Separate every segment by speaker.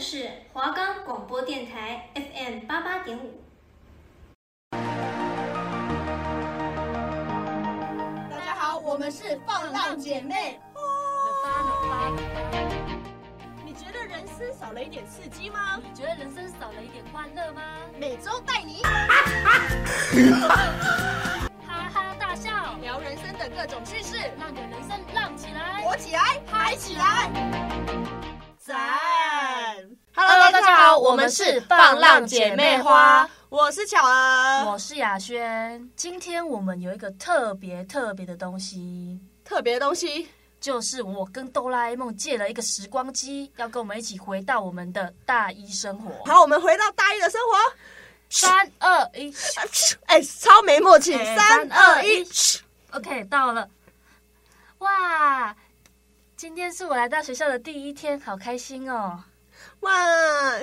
Speaker 1: 是华冈广播电台 FM 八八点五。
Speaker 2: 大家好，我们是放浪姐妹。你觉得人生少了一点刺激吗？
Speaker 3: 觉得人生少了一点欢乐吗？
Speaker 2: 每周带你
Speaker 3: 哈哈大笑，
Speaker 2: 聊人生的各种趣事，
Speaker 3: 让你的人生浪起来。
Speaker 2: 火起来，嗨起来，赞
Speaker 4: Hello，大家好，我们是放浪姐妹花，，
Speaker 2: 我是巧儿。
Speaker 4: 我是雅轩。今天我们有一个特别特别的东西，
Speaker 2: 特别东西，
Speaker 4: 就是我跟哆啦 A 梦借了一个时光机，要跟我们一起回到我们的大一生 活。
Speaker 2: 好，我们回到大一的生活。
Speaker 4: 三二一
Speaker 2: 哎，超没默契！
Speaker 4: 哎
Speaker 2: 三
Speaker 4: 三
Speaker 2: 二
Speaker 4: 二
Speaker 2: 一
Speaker 4: 一，，OK，到了。哇，今天是我来到学校的第一天，好开心哦！
Speaker 2: 哇！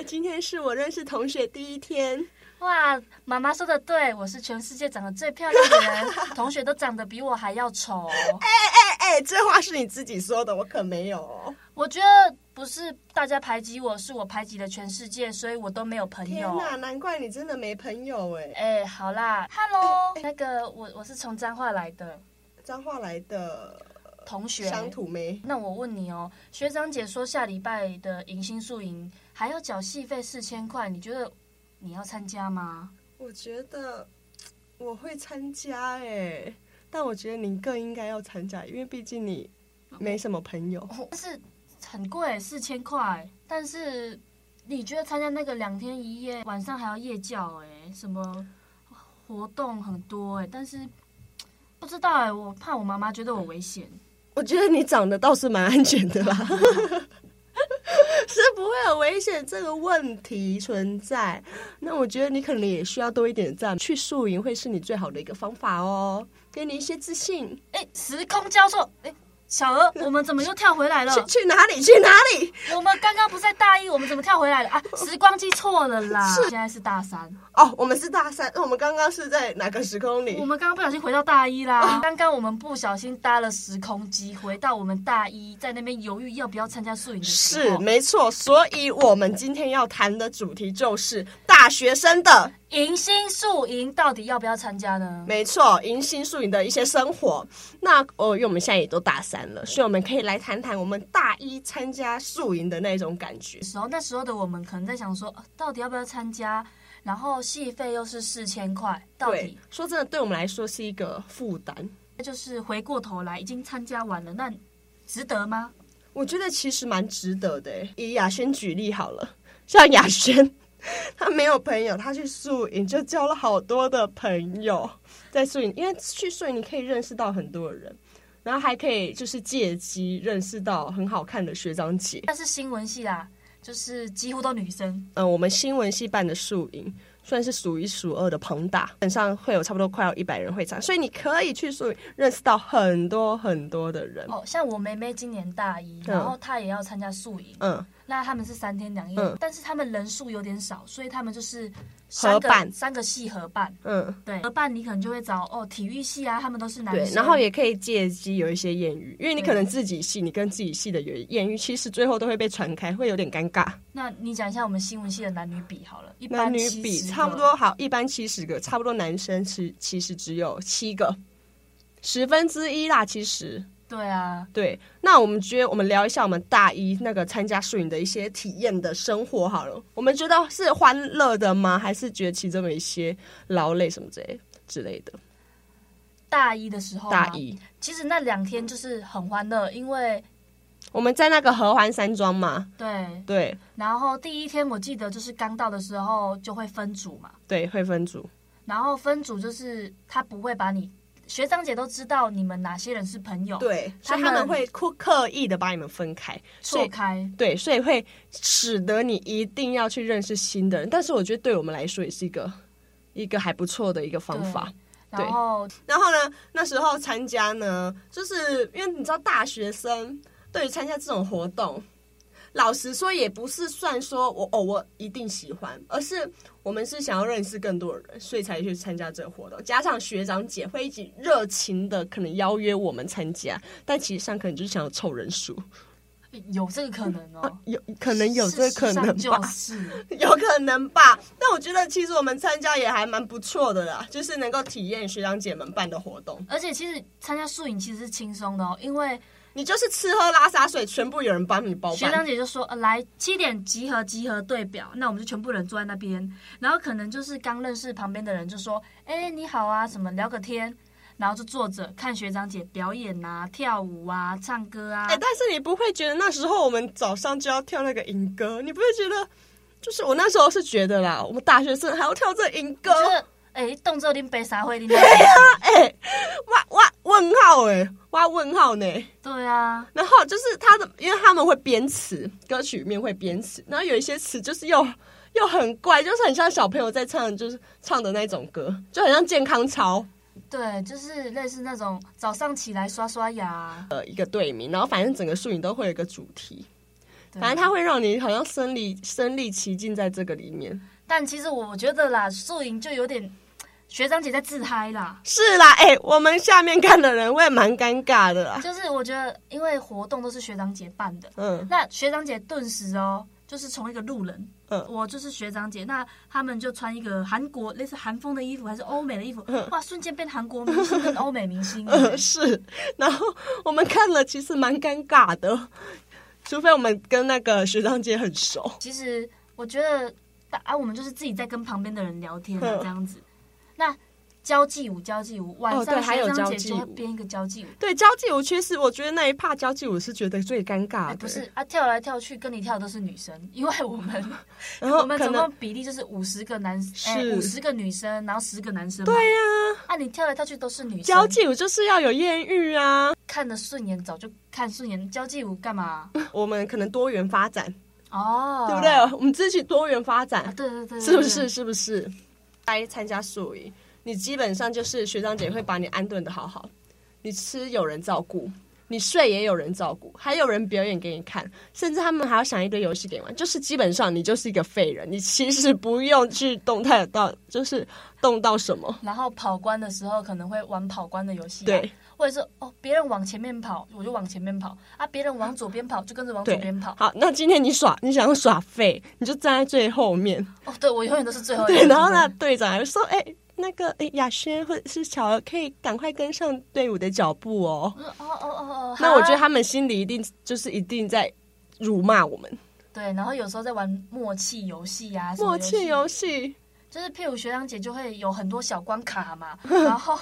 Speaker 2: 今天是我认识同学第一天。
Speaker 4: 哇，妈妈说的对，我是全世界长得最漂亮的人，同学都长得比我还要丑。
Speaker 2: 哎、这话是你自己说的，我可没有哦。
Speaker 4: 我觉得不是大家排挤我，是我排挤了全世界，所以我都没有朋
Speaker 2: 天
Speaker 4: 友。
Speaker 2: 哪，难怪你真的没朋友哎、
Speaker 4: 哎、好啦，Hello，、那个我我是从彰化来的
Speaker 2: 彰化来的
Speaker 4: 同学。
Speaker 2: 乡土妹，
Speaker 4: 那我问你哦，学长姐说下礼拜的迎新宿营还要缴戏费四千块，你觉得你要参加吗？
Speaker 2: 我觉得我会参加哎、但我觉得你更应该要参加，因为毕竟你没什么朋友。
Speaker 4: 但是很贵，四千块。但是你觉得参加那个两天一夜，晚上还要夜教、哎，什么活动很多、哎，但是不知道、哎，我怕我妈妈觉得我危险。
Speaker 2: 我觉得你长得倒是蛮安全的啦，是不会有危险这个问题存在。那我觉得你可能也需要多一点赞，去宿营会是你最好的一个方法哦，给你一些自信。
Speaker 4: 哎、时空交错，哎、小鹅，我们怎么又跳回来了？
Speaker 2: 去去哪里？去哪里？
Speaker 4: 我们刚刚不是在大一，我们怎么跳回来 了啊？时光机错了啦，现在是大三，
Speaker 2: 哦，我们是大三，我们刚刚是在哪个时空里
Speaker 4: 我？们刚刚不小心回到大一 啦。刚刚我们不小心搭了时空机，回到我们大一，在那边犹豫要不要参加宿营的时
Speaker 2: 是
Speaker 4: 候，
Speaker 2: 没错，所以我们今天要谈的主题就是大学生的，
Speaker 4: 迎新宿营到底要不要参加呢？
Speaker 2: 没错，迎新宿营的一些生活。那哦，因为我们现在也都大三了，所以我们可以来谈谈我们大一参加宿营的那种感觉。
Speaker 4: 时候那时候的我们可能在想说，呃到底要不要参加？然后戏费又是四千块，到
Speaker 2: 对
Speaker 4: 底，
Speaker 2: 说真的，对我们来说是一个负担。
Speaker 4: 那就是回过头来已经参加完了，那值得吗？
Speaker 2: 我觉得其实蛮值得的诶。以雅轩举例好了，像雅轩， 他没有朋友，他去宿营就交了好多的朋友，在宿营，因为去宿营你可以认识到很多人，然后还可以就是借机认识到很好看的学长姐。
Speaker 4: 但是新闻系啦，就是几乎都女生，
Speaker 2: 嗯，我们新闻系办的宿营算是数一数二的庞大，基本上会有差不多快要一百人会场，所以你可以去宿营认识到很多很多的人。
Speaker 4: 哦，像我妹妹今年大一，然后她也要参加宿营，
Speaker 2: 嗯，
Speaker 4: 那他们是三天两夜，
Speaker 2: 嗯
Speaker 4: 但是他们人数有点少，所以他们就是三
Speaker 2: 合
Speaker 4: 个
Speaker 2: 办
Speaker 4: 三个系合办，
Speaker 2: 嗯，
Speaker 4: 对，合办你可能就会找哦体育系啊，他们都是男
Speaker 2: 对，
Speaker 4: 生，
Speaker 2: 然后也可以借机有一些艳遇，因为你
Speaker 4: 对
Speaker 2: 可能自己系，你跟自己系的有艳遇，其实最后都会被传开，会有点尴尬。
Speaker 4: 那你讲一下我们新闻系的男女比好了，一般
Speaker 2: 男女
Speaker 4: 70
Speaker 2: 比
Speaker 4: 个
Speaker 2: 差不多好，一般七十个，差不多男生是其实只有七个，十分之一啦，其实。
Speaker 4: 对啊，
Speaker 2: 对，那我们觉得我们聊一下我们大一那个参加宿营的一些体验的生活好了。我们觉得是欢乐的吗？还是觉得其中有一些劳累什么之类之类的？
Speaker 4: 大一的时候嘛
Speaker 2: 大，一
Speaker 4: 其实那两天就是很欢乐，因为
Speaker 2: 我们在那个合欢山庄嘛，
Speaker 4: 对，
Speaker 2: 对
Speaker 4: 然后第一天我记得就是刚到的时候就会分组嘛，
Speaker 2: 对，会分组。
Speaker 4: 然后分组就是他不会把你学长姐都知道你们哪些人是朋友，
Speaker 2: 对，所
Speaker 4: 他
Speaker 2: 以他们
Speaker 4: 们
Speaker 2: 会刻刻意的把你们分开，所
Speaker 4: 错
Speaker 2: 以
Speaker 4: 开。
Speaker 2: 对，所以会使得你一定要去认识新的人。但是我觉得对我们来说也是一个一个还不错的一个方法。对
Speaker 4: 然后
Speaker 2: 然后呢，那时候参加呢，就是因为你知道大学生对于参加这种活动。老实说，也不是算说我哦，我一定喜欢，而是我们是想要认识更多的人，所以才去参加这个活动。加上学长姐会一起热情的可能邀约我们参加，但其实上可能就是想要凑人数。
Speaker 4: 有这个可能哦，
Speaker 2: 有可能有这个可能
Speaker 4: 事 实
Speaker 2: 吧
Speaker 4: 上就，是
Speaker 2: 有可能吧。但我觉得其实我们参加也还蛮不错的啦，就是能够体验学长姐们办的活动。
Speaker 4: 而且其实参加宿营其实是轻松的哦，因为
Speaker 2: 你就是吃喝拉撒睡，全部有人帮你包
Speaker 4: 学长
Speaker 2: 办。
Speaker 4: 姐就说，呃，来七点集合集合对表，那我们就全部人坐在那边，然后可能就是刚认识旁边的人就说，哎，你好啊，什么聊个天，然后就坐着看学长姐表演啊、跳舞啊、唱歌啊
Speaker 2: 哎、，但是你不会觉得那时候我们早上就要跳那个银歌，你不会觉得？就是我那时候是觉得啦，我们大学生还要跳这银歌，
Speaker 4: 就是哎，动这拎杯啥会拎，
Speaker 2: 哎、哇哇问号哎、哇问号呢、
Speaker 4: 对啊，
Speaker 2: 然后就是他的，因为他们会编词，歌曲里面会编词，然后有一些词就是又又很怪，就是很像小朋友在唱，就是唱的那种歌，就很像健康操
Speaker 4: 对，就是类似那种早上起来刷刷牙，
Speaker 2: 的一个队名。然后反正整个树影都会有一个主题，
Speaker 4: 对
Speaker 2: 反正它会让你好像身临身临其境在这个里面。
Speaker 4: 但其实我觉得啦，宿营就有点学长姐在自嗨啦。
Speaker 2: 是啦，哎、我们下面看的人会蛮尴尬的啦。
Speaker 4: 就是我觉得，因为活动都是学长姐办的，
Speaker 2: 嗯
Speaker 4: 那学长姐顿时哦，就是从一个路人，
Speaker 2: 嗯，
Speaker 4: 我就是学长姐，那他们就穿一个韩国类似韩风的衣服，还是欧美的衣服，
Speaker 2: 嗯
Speaker 4: 哇，瞬间变韩国明星跟欧美明星耶，
Speaker 2: 呃是，然后我们看了其实蛮尴尬的，除非我们跟那个学长姐很熟。
Speaker 4: 其实我觉得，啊，我们就是自己在跟旁边的人聊天啊，
Speaker 2: 嗯
Speaker 4: 这样子。那交际舞，交际舞，晚
Speaker 2: 哦对
Speaker 4: 上
Speaker 2: 还
Speaker 4: 学
Speaker 2: 有
Speaker 4: 长
Speaker 2: 交
Speaker 4: 姐
Speaker 2: 际
Speaker 4: 就会
Speaker 2: 舞
Speaker 4: 编一个交际舞。
Speaker 2: 对交际舞，确实我觉得那一趴交际舞是觉得最尴尬的、
Speaker 4: 哎，不是啊，跳来跳去跟你跳的都是女生，因为我们
Speaker 2: 然
Speaker 4: 我
Speaker 2: 后
Speaker 4: 们
Speaker 2: 哦可
Speaker 4: 总
Speaker 2: 能
Speaker 4: 共比例就是五十个男，哎
Speaker 2: 是
Speaker 4: 五十个女生，然后十个男生嘛。
Speaker 2: 对呀、
Speaker 4: 啊，你跳来跳去都是女生，
Speaker 2: 交际舞就是要有艳遇啊，
Speaker 4: 看得顺眼早就看顺眼，交际舞 干嘛？
Speaker 2: 我们可能多元发展，
Speaker 4: 哦，
Speaker 2: 对不对？我们自己多元发展，
Speaker 4: 啊，对对对，对
Speaker 2: 是不是？？是不是？来嗯参加宿营，你基本上就是学长姐会把你安顿的好好，你吃有人照顾，你睡也有人照顾，还有人表演给你看，甚至他们还要想一堆游戏给你玩。就是基本上你就是一个废人，你其实不用去动态到，就是动到什么。
Speaker 4: 然后跑关的时候可能会玩跑关的游戏、啊，
Speaker 2: 对，
Speaker 4: 或者是哦，别人往前面跑，我就往前面跑啊；别人往左边跑，就跟着往左
Speaker 2: 对
Speaker 4: 边跑。
Speaker 2: 好，那今天你耍，你想要耍废，你就站在最后面。
Speaker 4: 哦，对，我永远都是最后一
Speaker 2: 对，
Speaker 4: 个。
Speaker 2: 然后那队长还会说：“哎、那个哎，雅轩或者是巧儿，可以赶快跟上队伍的脚步哦。
Speaker 4: 我说哦哦哦哦，”
Speaker 2: 那我觉得
Speaker 4: 好啊
Speaker 2: 他们心里一定就是一定在辱骂我们
Speaker 4: 对，然后有时候在玩默契游戏呀、啊，什么
Speaker 2: 默
Speaker 4: 游戏
Speaker 2: 契游戏。
Speaker 4: 就是譬如学长姐就会有很多小关卡嘛， 然后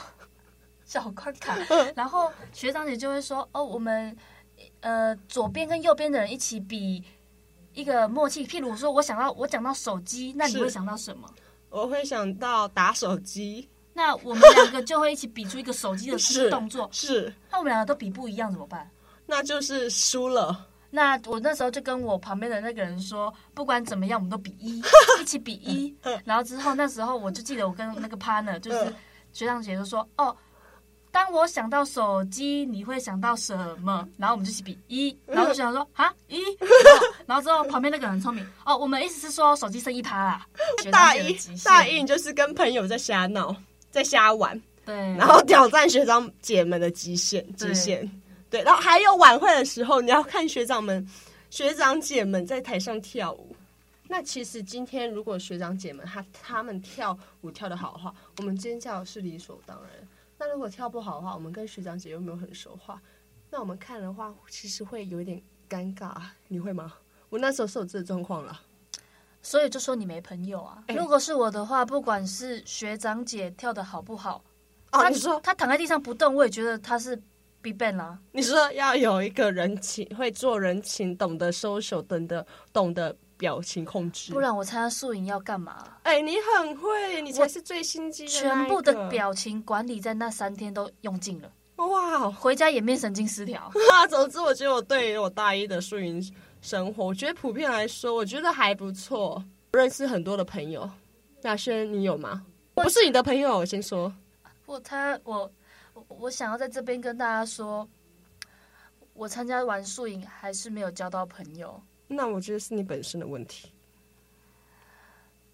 Speaker 4: 小关卡，然后学长姐就会说哦，我们呃左边跟右边的人一起比一个默契，譬如说我想到我讲到手机，那你
Speaker 2: 是
Speaker 4: 会想到什么？
Speaker 2: 我会想到打手机，
Speaker 4: 那我们两个就会一起比出一个手机 的
Speaker 2: 是
Speaker 4: 动作，
Speaker 2: 是，
Speaker 4: 那我们两个都比不一样怎么办？
Speaker 2: 那就是输了。
Speaker 4: 那我那时候就跟我旁边的那个人说，不管怎么样，我们都比 一，一起比一。然后之后那时候我就记得我跟那个 partner 就是
Speaker 2: 嗯
Speaker 4: 学长姐就说，哦，当我想到手机，你会想到什么？然后我们就一起比一，然后就想说啊一，然后然后之后旁边那个人很聪明，哦，我们意思是说手机剩一趴啦，学长
Speaker 2: 大
Speaker 4: 姐的
Speaker 2: 一
Speaker 4: 极限
Speaker 2: 大一你就是跟朋友在瞎闹，在瞎玩，
Speaker 4: 对，
Speaker 2: 然后挑战学长姐们的极限
Speaker 4: 对
Speaker 2: 极限。对，然后还有晚会的时候，你要看学长们、学长姐们在台上跳舞。那其实今天如果学长姐们她她们跳舞跳得好的话，我们尖叫是理所当然。那如果跳不好的话，我们跟学长姐又没有很熟的话，那我们看的话，其实会有一点尴尬。啊你会吗？我那时候是有这个状况了。
Speaker 4: 所以就说你没朋友啊。
Speaker 2: 哎
Speaker 4: 如果是我的话，不管是学长姐跳的好不好，
Speaker 2: 哦，
Speaker 4: 他
Speaker 2: 你说
Speaker 4: 他躺在地上不动，我也觉得他是 Big Bang 啊啦、
Speaker 2: 你说要有一个人情，会做人情，懂得 social，懂得懂得表情控制。
Speaker 4: 不，然我参加宿营要干嘛？
Speaker 2: 哎、你很会，你才是最心机的那
Speaker 4: 全
Speaker 2: 一
Speaker 4: 部的
Speaker 2: 个
Speaker 4: 表情管理在那三天都用尽了，
Speaker 2: 哇哦！
Speaker 4: 回家也面神经失调。
Speaker 2: 啊，总之我觉得我对于我大一的宿营生活，我觉得普遍来说，我觉得还不错，认识很多的朋友。亚轩，你有吗？不是你的朋友，我先说。
Speaker 4: 我他我我我想要在这边跟大家说，我参加完宿营还是没有交到朋友，
Speaker 2: 那我觉得是你本身的问题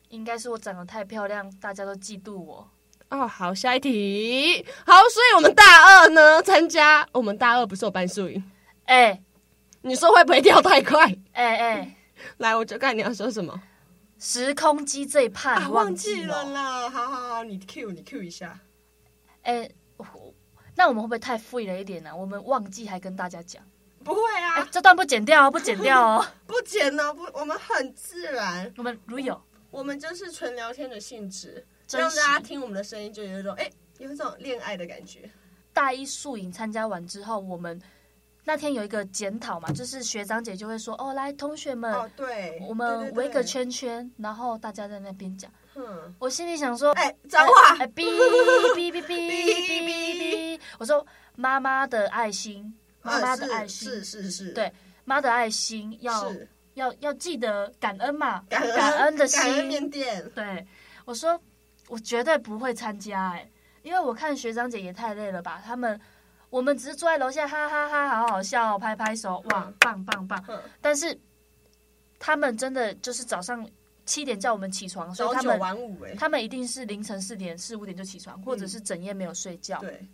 Speaker 4: 应该是我长得太漂亮，大家都嫉妒我。
Speaker 2: 哦。好，下一题。好，所以我们大二呢，参加我们大二不是有办宿营，
Speaker 4: 哎、
Speaker 2: 你说会不会掉太快？
Speaker 4: 哎哎，
Speaker 2: 来，我就看你要说什么
Speaker 4: 时空机这一趴你
Speaker 2: 啊，忘记
Speaker 4: 了
Speaker 2: 了啦。好好好，你 Q 你 Q 一下。
Speaker 4: 哎、我那我们会不会太 free 了一点呢、我们忘记还跟大家讲，
Speaker 2: 不会
Speaker 4: 哎、
Speaker 2: 啊，
Speaker 4: 这段不剪掉哦，不剪掉哦，
Speaker 2: 不剪呢、不，我们很自然，
Speaker 4: 我们如有
Speaker 2: 我们就是纯聊天的性质，
Speaker 4: 真
Speaker 2: 让
Speaker 4: 实
Speaker 2: 大家听我们的声音就有一种哎、有一种恋爱的感觉。
Speaker 4: 大一宿营参加完之后，我们那天有一个检讨嘛，就是学长姐就会说，哦，来同学们，
Speaker 2: 哦，对，
Speaker 4: 我们围个
Speaker 2: 对，
Speaker 4: 圈圈，然后大家在那边讲，
Speaker 2: 对对嗯，
Speaker 4: 我心里想说，
Speaker 2: 哎、脏话，
Speaker 4: 哎，哔哔哔哔哔哔，我说妈妈的爱心，妈妈的
Speaker 2: 嗯
Speaker 4: 爱
Speaker 2: 是
Speaker 4: 心，
Speaker 2: 是是是，
Speaker 4: 对妈的爱心要
Speaker 2: 是
Speaker 4: 要要记得感恩嘛，
Speaker 2: 感恩
Speaker 4: 的
Speaker 2: 感恩
Speaker 4: 心。
Speaker 2: 面店，
Speaker 4: 对，我说我绝对不会参加哎、因为我看学长姐也太累了吧，他们我们只是坐在楼下哈哈哈，好好笑、哦，拍拍手，哇
Speaker 2: 嗯，
Speaker 4: 棒棒棒！
Speaker 2: 嗯
Speaker 4: 但是他们真的就是早上七点叫我们起床，所以
Speaker 2: 朝
Speaker 4: 他
Speaker 2: 九
Speaker 4: 们
Speaker 2: 晚五哎、
Speaker 4: 他们一定是凌晨四点、四五点就起床，或者是整夜没有睡觉。
Speaker 2: 对，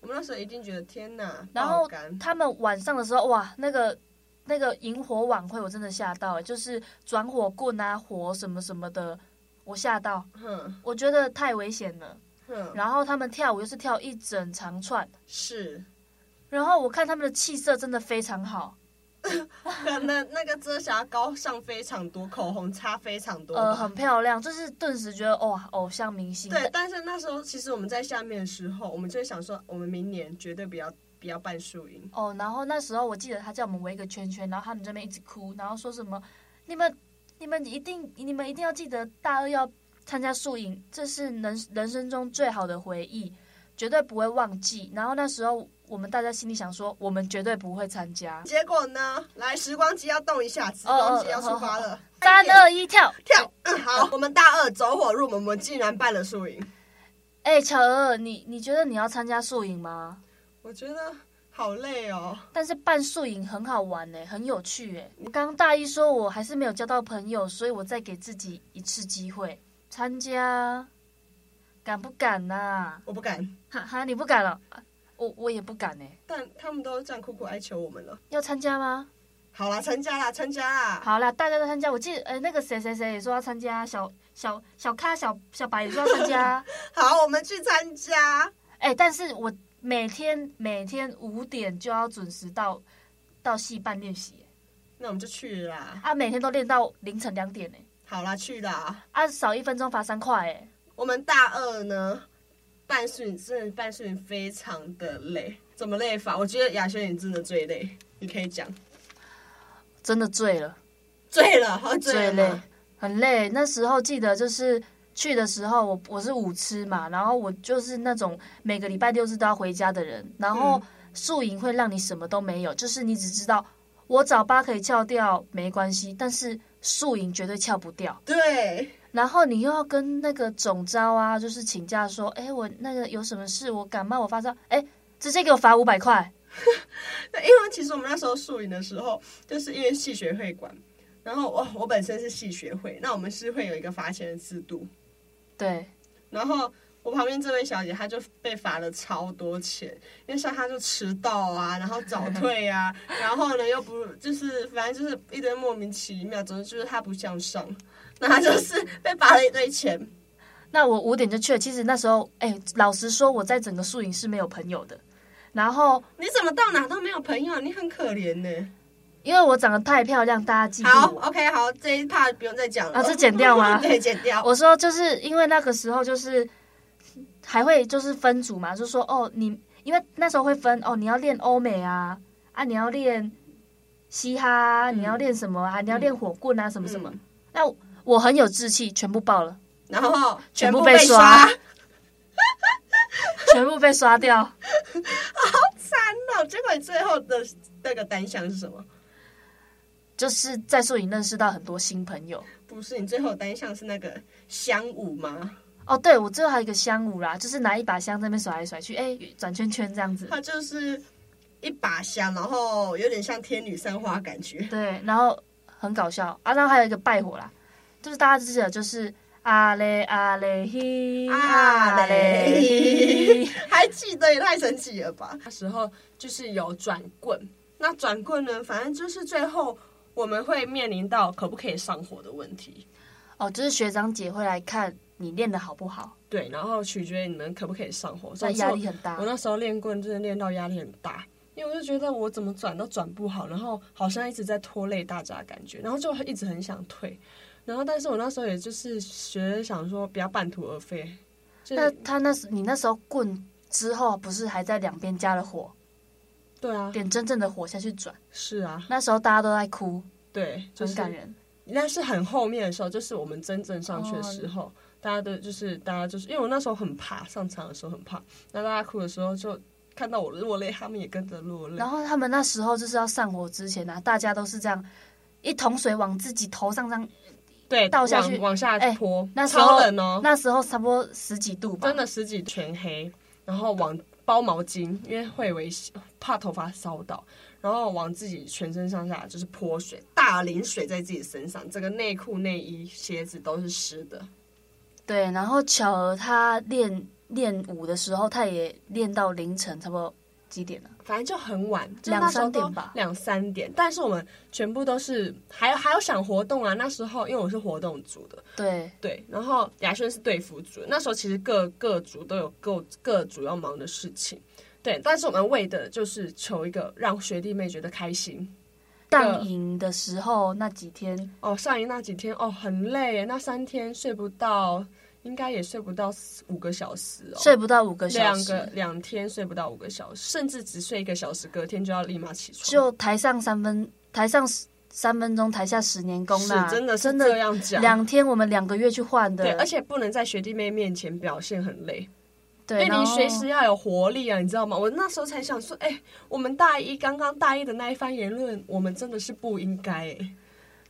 Speaker 2: 我们那时候一定觉得天哪，
Speaker 4: 然后
Speaker 2: 爆肝
Speaker 4: 他们晚上的时候，哇，那个那个萤火晚会，我真的吓到、欸，就是转火棍啊、火什么什么的，我吓到，
Speaker 2: 哼
Speaker 4: 我觉得太危险了。
Speaker 2: 哼，
Speaker 4: 然后他们跳舞又是跳一整长串，
Speaker 2: 是，
Speaker 4: 然后我看他们的气色真的非常好，
Speaker 2: 可能那个遮瑕膏上非常多，口红擦非常多吧，
Speaker 4: 呃，很漂亮，就是顿时觉得哇，偶像明星。
Speaker 2: 对，但是那时候其实我们在下面的时候，我们就会想说，我们明年绝对不要不要办树营，
Speaker 4: 哦，然后那时候我记得他叫我们围一个圈圈，然后他们这边一直哭，然后说什么你们你们一定你们一定要记得大二要参加宿营，这是人人生中最好的回忆，绝对不会忘记。然后那时候我们大家心里想说，我们绝对不会参加。
Speaker 2: 结果呢，来时光机要动一下，时
Speaker 4: 哦
Speaker 2: 光机要出发了，快
Speaker 4: 三
Speaker 2: 点
Speaker 4: 二一跳！
Speaker 2: 跳， 嗯，好，我们大二走火入魔，我们竟然办了宿营，
Speaker 4: 哎、巧儿，你你觉得你要参加宿营吗？
Speaker 2: 我觉得好累哦，
Speaker 4: 但是办宿营很好玩呢、很有趣哎、我刚大一说我还是没有交到朋友，所以我再给自己一次机会参加，敢不敢呐、
Speaker 2: 我不敢。
Speaker 4: 哈哈，你不敢了，啊我我也不敢呢、欸
Speaker 2: 但他们都这样苦苦哀求我们了，
Speaker 4: 要参加吗？
Speaker 2: 好啦，参加啦，参加啦，
Speaker 4: 好啦，大家都参加。我记得，呃，那个谁谁谁也说要参加，小小小咖小小白也说要参加。
Speaker 2: 好，我们去参加。
Speaker 4: 哎、但是我每天每天五点就要准时到到戏班练习欸、
Speaker 2: 那我们就去啦，
Speaker 4: 啊，每天都练到凌晨两点呢、欸
Speaker 2: 好啦，去啦。
Speaker 4: 啊，少一分钟罚三块哎、
Speaker 2: 我们大二呢，办宿营真的办宿营非常的累，怎么累法？我觉得亚轩你真的最累，你可以讲
Speaker 4: 真的醉了，
Speaker 2: 醉了，喝醉
Speaker 4: 醉
Speaker 2: 了
Speaker 4: 累
Speaker 2: 吗，，
Speaker 4: 很累。那时候记得就是去的时候我，我是五吃嘛，然后我就是那种每个礼拜六日都要回家的人。然后
Speaker 2: 嗯
Speaker 4: 宿营会让你什么都没有，就是你只知道我早八可以翘掉没关系，但是宿营绝对翘不掉。
Speaker 2: 对，
Speaker 4: 然后你又要跟那个总招啊，就是请假说，哎，我那个有什么事，我感冒，我发烧，哎，直接给我罚五百块。
Speaker 2: 对，因为其实我们那时候宿营的时候，就是因为系学会管，然后哦我我本身是系学会，那我们是会有一个罚钱的制度，
Speaker 4: 对，
Speaker 2: 然后。我旁边这位小姐，她就被罚了超多钱，因为像她就迟到啊，然后早退啊，然后呢又不就是反正就是一堆莫名其妙，总之就是她不向上，那她就是被罚了一堆钱。
Speaker 4: 那我五点就去了。其实那时候，哎、老实说，我在整个宿营是没有朋友的。然后，
Speaker 2: 你怎么到哪都没有朋友，你很可怜呢。
Speaker 4: 因为我长得太漂亮，大家嫉
Speaker 2: 好
Speaker 4: 妒我。
Speaker 2: ，OK，好，这一 part 不用再讲了。
Speaker 4: 嗯啊这剪掉吗
Speaker 2: 对，剪掉。
Speaker 4: 我说，就是因为那个时候，就是还会就是分组嘛，就说哦，你因为那时候会分哦，你要练欧美啊，啊，你要练嘻哈啊，
Speaker 2: 嗯
Speaker 4: 你要练什么啊，你要练火棍啊，什么什么。
Speaker 2: 嗯
Speaker 4: 那我我很有志气，全部报了，
Speaker 2: 然后
Speaker 4: 全部
Speaker 2: 部
Speaker 4: 被
Speaker 2: 刷，
Speaker 4: 刷全部被刷掉。
Speaker 2: 那结果你最后的那个单项是什么？
Speaker 4: 就是在宿营认识到很多新朋友。
Speaker 2: 不是，你最后的单项是那个香舞吗？
Speaker 4: 哦，对，我最后还有一个香舞啦，就是拿一把香在那边甩来甩去，哎，转圈圈这样子。
Speaker 2: 它就是一把香，然后有点像天女散花感觉。
Speaker 4: 对，然后很搞笑啊，然后还有一个拜火啦，就是大家知道就是阿嘞阿嘞嘿，
Speaker 2: 啊嘞
Speaker 4: 嘞嘿，
Speaker 2: 还记得也太神奇了吧！那时候就是有转棍，那转棍呢，反正就是最后我们会面临到可不可以上火的问题，
Speaker 4: 哦，就是学长姐会来看你练的好不好，
Speaker 2: 对，然后取决于你们可不可以上火。总
Speaker 4: 但
Speaker 2: 之
Speaker 4: 压
Speaker 2: 我
Speaker 4: 力很大
Speaker 2: 我。那时候练棍真的练到压力很大，因为我就觉得我怎么转都转不好，然后好像一直在拖累大家的感觉，然后就一直很想退，然后但是我那时候也就是学着想说不要半途而废，就
Speaker 4: 那
Speaker 2: 是
Speaker 4: 他那时你那时候棍之后不是还在两边加了火，
Speaker 2: 对啊，
Speaker 4: 点真正的火下去转，
Speaker 2: 是啊，
Speaker 4: 那时候大家都在哭，
Speaker 2: 对，就
Speaker 4: 很
Speaker 2: 是
Speaker 4: 感人。
Speaker 2: 那是很后面的时候，就是我们真正上去
Speaker 4: 哦
Speaker 2: 的时候，大家都就是大家就是因为我那时候很怕上场的时候很怕，那大家哭的时候就看到我落泪，他们也跟着落泪
Speaker 4: 然。后他们那时候就是要上火之前呢、啊，大家都是这样一桶水往自己头上这样，
Speaker 2: 对，
Speaker 4: 倒下去
Speaker 2: 往往下
Speaker 4: 哎
Speaker 2: 泼，
Speaker 4: 那时候
Speaker 2: 超冷哦，
Speaker 4: 那时候差不多十几度吧，
Speaker 2: 真的十几全黑，然后往包毛巾，因为会危险，怕头发烧到，然后往自己全身上下就是泼水，大淋水在自己身上，整个内裤、内衣、鞋子都是湿的。
Speaker 4: 对。然后巧儿她练练舞的时候，她也练到凌晨，差不多几点了、
Speaker 2: 反正就很晚，就
Speaker 4: 两
Speaker 2: 那时候
Speaker 4: 三点
Speaker 2: 都
Speaker 4: 吧
Speaker 2: 两三点。但是我们全部都是还有还有想活动啊，那时候因为我是活动组的，
Speaker 4: 对，
Speaker 2: 对，然后雅轩是队服组，那时候其实各各组都有各各组要忙的事情，对。但是我们为的就是求一个让学弟妹觉得开心。
Speaker 4: 荡营的时候那几天，
Speaker 2: 哦，上一那几天哦很累耶，那三天睡不到，应该也睡不到四五个小时哦。
Speaker 4: 睡不到五个小
Speaker 2: 两
Speaker 4: 时，
Speaker 2: 个两天睡不到五个小时，甚至只睡一个小时，隔天就要立马起床。
Speaker 4: 就台上三分，台上十三分钟，台下十年功啦，
Speaker 2: 是真的是
Speaker 4: 真
Speaker 2: 这
Speaker 4: 的。
Speaker 2: 样讲。
Speaker 4: 两天我们两个月去换的，
Speaker 2: 对，而且不能在学弟妹面前表现很累，因
Speaker 4: 对，
Speaker 2: 为
Speaker 4: 然
Speaker 2: 你
Speaker 4: 后
Speaker 2: 随时要有活力啊，你知道吗？我那时候才想说，哎、我们大一刚刚大一的那一番言论，我们真的是不应该、哎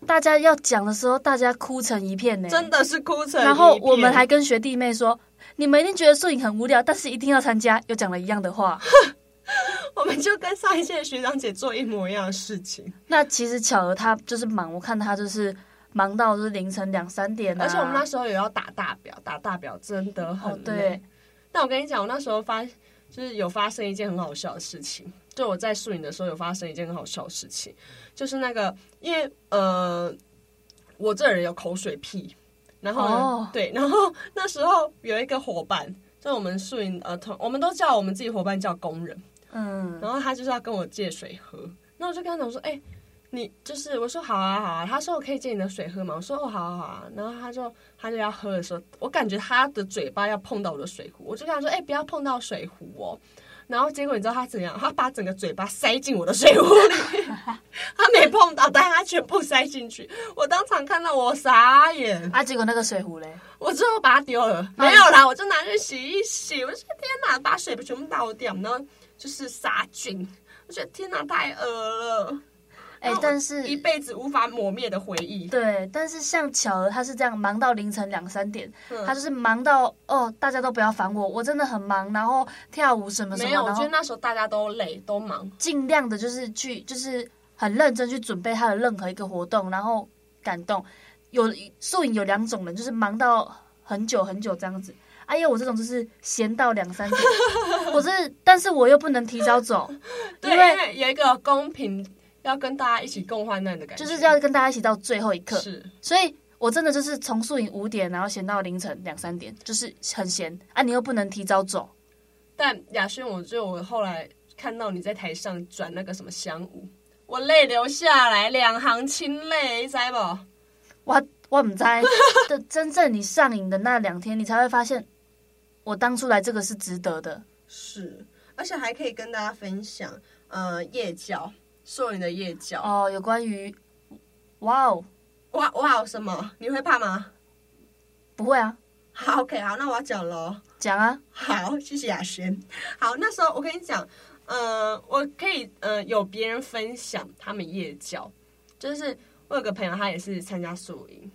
Speaker 4: 大家要讲的时候，大家哭成一片呢、
Speaker 2: 真的是哭成一片。
Speaker 4: 然后我们还跟学弟妹说，你们一定觉得摄影很无聊，但是一定要参加，又讲了一样的话。
Speaker 2: 我们就跟上一届的学长姐做一模一样的事情，
Speaker 4: 那其实巧儿她就是忙，我看她就是忙到就是凌晨两三点、啊，
Speaker 2: 而且我们那时候也要打大表，打大表真的很
Speaker 4: 哦
Speaker 2: 累。
Speaker 4: 对，
Speaker 2: 但我跟你讲，我那时候发就是有发生一件很好笑的事情，就我在宿营的时候有发生一件很好笑的事情，就是那个因为呃，我这人有口水屁，然后呢、
Speaker 4: 哦
Speaker 2: 对，然后那时候有一个伙伴，就我们宿营呃同，我们都叫我们自己伙伴叫工人，
Speaker 4: 嗯，
Speaker 2: 然后他就是要跟我借水喝，那我就跟他讲说，哎、你就是我说好啊好啊，他说我可以借你的水喝吗？我说哦好啊好啊，然后他就他就要喝的时候，我感觉他的嘴巴要碰到我的水壶，我就跟他说，哎、不要碰到水壶哦。然后结果你知道他怎样？他把整个嘴巴塞进我的水壶里， 他没碰到，但他全部塞进去。我当场看到我傻眼，
Speaker 4: 啊，结果那个水壶嘞，
Speaker 2: 我最后把它丢了，
Speaker 4: 哎
Speaker 2: 没有啦，我就拿去洗一洗。我就觉得天哪，把水全部倒掉，然后就是杀菌。我觉得天哪，太恶了，
Speaker 4: 哎、
Speaker 2: 那我
Speaker 4: 但是
Speaker 2: 一辈子无法抹灭的回忆。
Speaker 4: 对，但是像巧儿她是这样忙到凌晨两三点，
Speaker 2: 嗯
Speaker 4: 她就是忙到哦，大家都不要烦我，我真的很忙，然后跳舞什么什
Speaker 2: 没有，
Speaker 4: 么，
Speaker 2: 我
Speaker 4: 然
Speaker 2: 觉
Speaker 4: 后
Speaker 2: 得那时候大家都累，都忙。
Speaker 4: 尽量的就是去，就是很认真去准备他的任何一个活动，然后感动。有摄影有两种人，就是忙到很久很久这样子。哎呀，我这种就是闲到两三 点，我是，但是我又不能提早走，
Speaker 2: 对，
Speaker 4: 因
Speaker 2: 因
Speaker 4: 为
Speaker 2: 为有一个公平，要跟大家一起共患难的感觉，
Speaker 4: 就是要跟大家一起到最后一刻。
Speaker 2: 是
Speaker 4: 所以我真的就是从摄影五点，然后闲到凌晨两三点，就是很闲啊。你又不能提早走，
Speaker 2: 但雅轩，我就我后来看到你在台上转那个什么香舞，我泪流下来，两行清泪，你知不？
Speaker 4: 我我唔知。 的真正你上瘾的那两天，你才会发现，我当初来这个是值得的。
Speaker 2: 是，而且还可以跟大家分享，呃，夜教，硕云的夜教。
Speaker 4: 哦，有关于，哇哦，
Speaker 2: 哇哇，什么？你会怕吗？
Speaker 4: 不会啊，
Speaker 2: 好，OK，好，那我要讲喽。
Speaker 4: 讲啊，
Speaker 2: 好，谢谢雅轩。好，那时候我跟你讲，呃，我可以呃有别人分享他们夜教，就是我有个朋友，他也是参加宿营，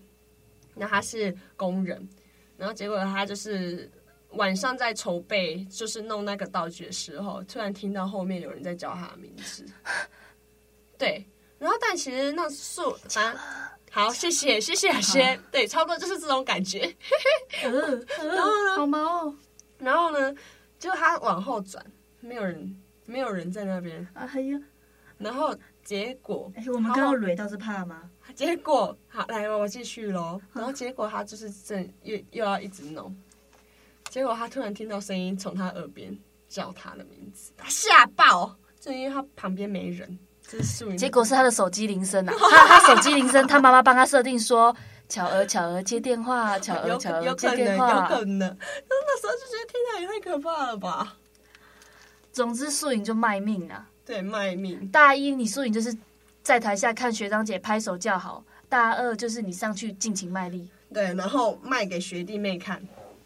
Speaker 2: 那他是工人，然后结果他就是晚上在筹备，就是弄那个道具的时候，突然听到后面有人在叫他的名字，对，然后但其实那宿反正。好，谢谢，谢谢雅轩。对，差不多就是这种感觉。
Speaker 4: 好毛哦，
Speaker 2: 然后呢，就他往后转，没有人，没有人在那边。
Speaker 4: 哎呀，
Speaker 2: 然后结果
Speaker 5: 啊哎、我们刚刚有蕊到这怕吗？
Speaker 2: 结果好，来我继续喽。然后结果他就是正又又要一直弄，结果他突然听到声音从他耳边叫他的名字，他吓爆，就因为他旁边没人，这是树林。
Speaker 4: 结果是他的手机铃声啊，他他手机铃声，他妈妈帮他设定说，巧儿巧儿接 电话，巧儿
Speaker 2: 有
Speaker 4: 巧
Speaker 2: 可有
Speaker 4: 儿接
Speaker 2: 可
Speaker 4: 电
Speaker 2: 能，
Speaker 4: 话
Speaker 2: 有。可能。但是那时候就觉得天哪，也太可怕了吧？
Speaker 4: 总之素影就卖命啊！
Speaker 2: 对，卖命。
Speaker 4: 大一你素影就是在台下看学长姐拍手叫好，大二就是你上去尽情卖力。
Speaker 2: 对，然后卖给学弟妹看，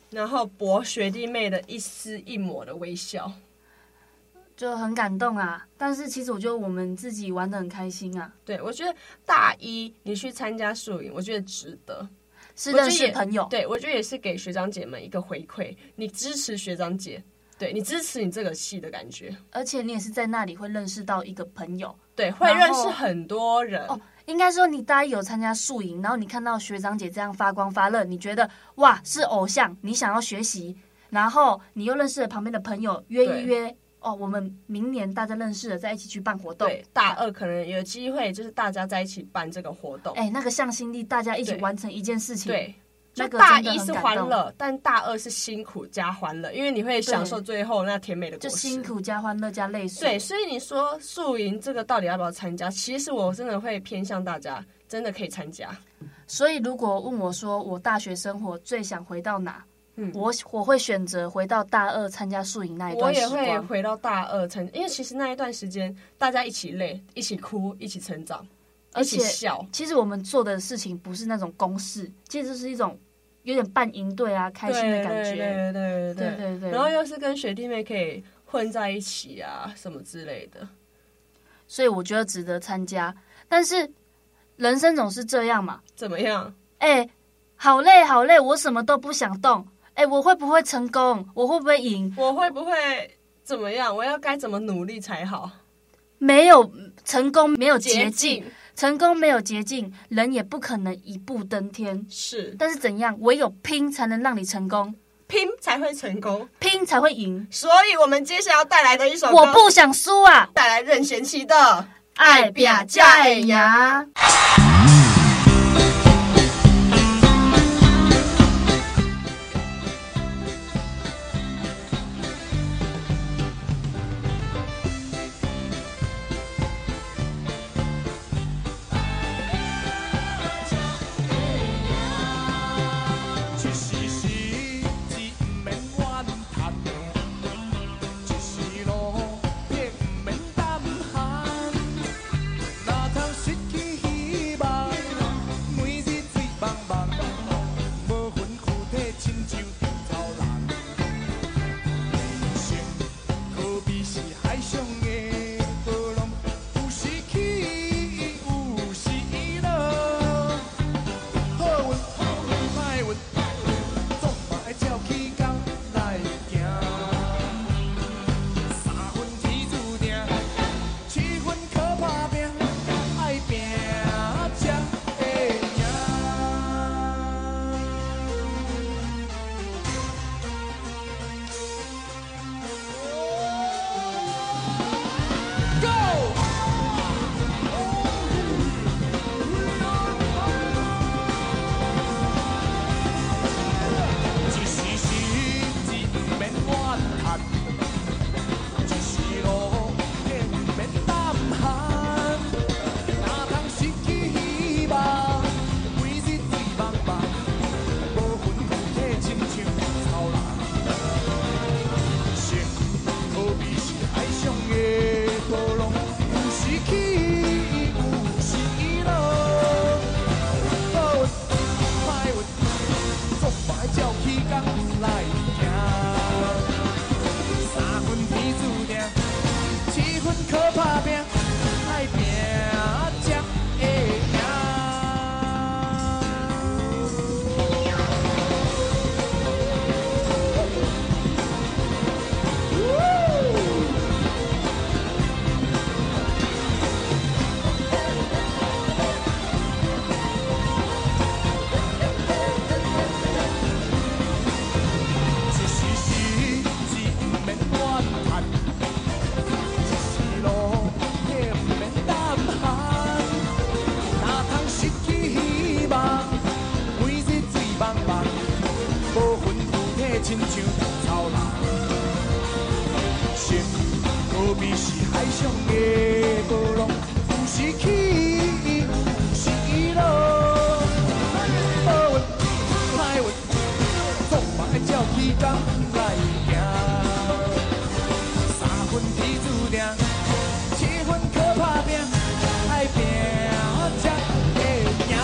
Speaker 2: 然后博学弟妹的一丝一抹的微笑。
Speaker 4: 就很感动啊。但是其实我觉得我们自己玩的很开心啊，
Speaker 2: 对，我觉得大一你去参加宿营，我觉得值得。
Speaker 4: 是
Speaker 2: 我觉
Speaker 4: 认
Speaker 2: 得
Speaker 4: 识
Speaker 2: 也
Speaker 4: 朋友，
Speaker 2: 对，我觉得也是给学长姐们一个回馈，你支持学长姐，对你支持你这个系的感觉，
Speaker 4: 而且你也是在那里会认识到一个朋友。
Speaker 2: 对，会
Speaker 4: 然
Speaker 2: 认
Speaker 4: 后
Speaker 2: 识很多人。
Speaker 4: 哦应该说，你大一有参加宿营，然后你看到学长姐这样发光发热，你觉得哇是偶像，你想要学习，然后你又认识了旁边的朋友，约
Speaker 2: 对
Speaker 4: 一约哦，我们明年大家认识了，再一起去办活动。
Speaker 2: 对，大二可能有机会，就是大家在一起办这个活动。
Speaker 4: 哎，那个向心力，大家一起
Speaker 2: 对
Speaker 4: 完成一件事情。
Speaker 2: 对，就
Speaker 4: 那个
Speaker 2: 大
Speaker 4: 真的
Speaker 2: 一
Speaker 4: 很
Speaker 2: 是
Speaker 4: 感
Speaker 2: 欢
Speaker 4: 动
Speaker 2: 乐，但大二是辛苦加欢乐，因为你会享受最后那甜美的
Speaker 4: 就
Speaker 2: 果实。
Speaker 4: 辛苦加欢乐加泪水。
Speaker 2: 对，所以你说宿营这个到底要不要参加？其实我真的会偏向大家，真的可以参加。
Speaker 4: 所以，如果问我说我大学生活最想回到哪，
Speaker 2: 嗯
Speaker 4: 我我会选择回到大二参加宿营那一
Speaker 2: 我
Speaker 4: 段时
Speaker 2: 也会
Speaker 4: 光。
Speaker 2: 回到大二成，因为其实那一段时间大家一起累，一起哭，一起成长，
Speaker 4: 而
Speaker 2: 一起
Speaker 4: 且，
Speaker 2: 笑。
Speaker 4: 其实我们做的事情不是那种公事，其实就是一种有点半营队啊，开心的感
Speaker 2: 对
Speaker 4: 觉。
Speaker 2: 对对对
Speaker 4: 对对
Speaker 2: 然后又是跟学弟妹可以混在一起啊，什么之类的。
Speaker 4: 所以我觉得值得参加。但是人生总是这样嘛，
Speaker 2: 怎么样？
Speaker 4: 哎、好累好累，我什么都不想动。哎、我会不会成功？我会不会赢？
Speaker 2: 我会不会怎么样？我要该怎么努力才好？
Speaker 4: 没有成功，没有捷径
Speaker 2: 径，
Speaker 4: 成功没有捷径，人也不可能一步登天。
Speaker 2: 是
Speaker 4: 但是怎样，唯有拼才能让你成功，
Speaker 2: 拼才会成功。
Speaker 4: 拼才会赢。
Speaker 2: 所以我们接下来要带来的一首歌，
Speaker 4: 我不想输啊！
Speaker 2: 带来任贤齐的《
Speaker 4: 爱拼才会赢。啊
Speaker 6: 一时时志毋免怨叹，一时路亦毋免胆寒，哪通失去希望，哎哦味是海上的波浪，有时起，有时落。好运歹运，总嘛爱照起工来行。三分天注定，七分靠打拼，爱拼才会赢。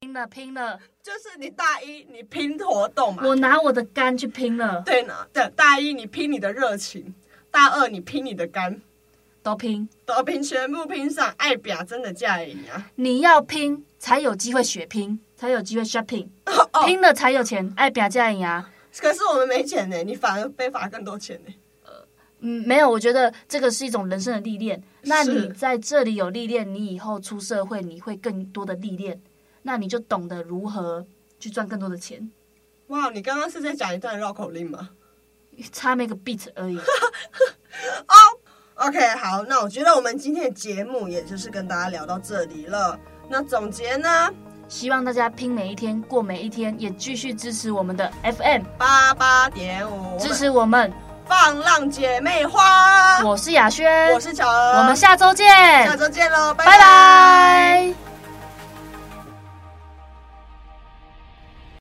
Speaker 4: 拼了拼了，
Speaker 2: 就是你大一你拼活动嘛，
Speaker 4: 我拿我的肝去拼了，
Speaker 2: 对呢，对大一你拼你的热情，大二你拼你的肝，
Speaker 4: 都拼。
Speaker 2: 都拼全部拼上，爱表真的嫁赢啊！
Speaker 4: 你要拼才有机会血拼，才有机会 shopping，、
Speaker 2: 哦
Speaker 4: 拼了才有钱。爱啊表价呀，
Speaker 2: 可是我们没钱呢，你反而被罚更多钱呢。
Speaker 4: 嗯，没有，我觉得这个是一种人生的历练。那
Speaker 2: 是
Speaker 4: 你在这里有历练，你以后出社会你会更多的历练，那你就懂得如何去赚更多的钱。
Speaker 2: 哇，你刚刚是在讲一段绕口令吗？
Speaker 4: 差那个 beat 而已。
Speaker 2: OK，好，那我觉得我们今天的节目也就是跟大家聊到这里了。那总结呢，
Speaker 4: 希望大家拼每一天，过每一天，也继续支持我们的 FM，
Speaker 2: 八八点五，
Speaker 4: 支持我们。
Speaker 2: 放浪姐妹花，
Speaker 4: 我是雅轩，
Speaker 2: 我是乔儿，
Speaker 4: 我们下周见，
Speaker 2: 下周见喽，拜
Speaker 4: 拜拜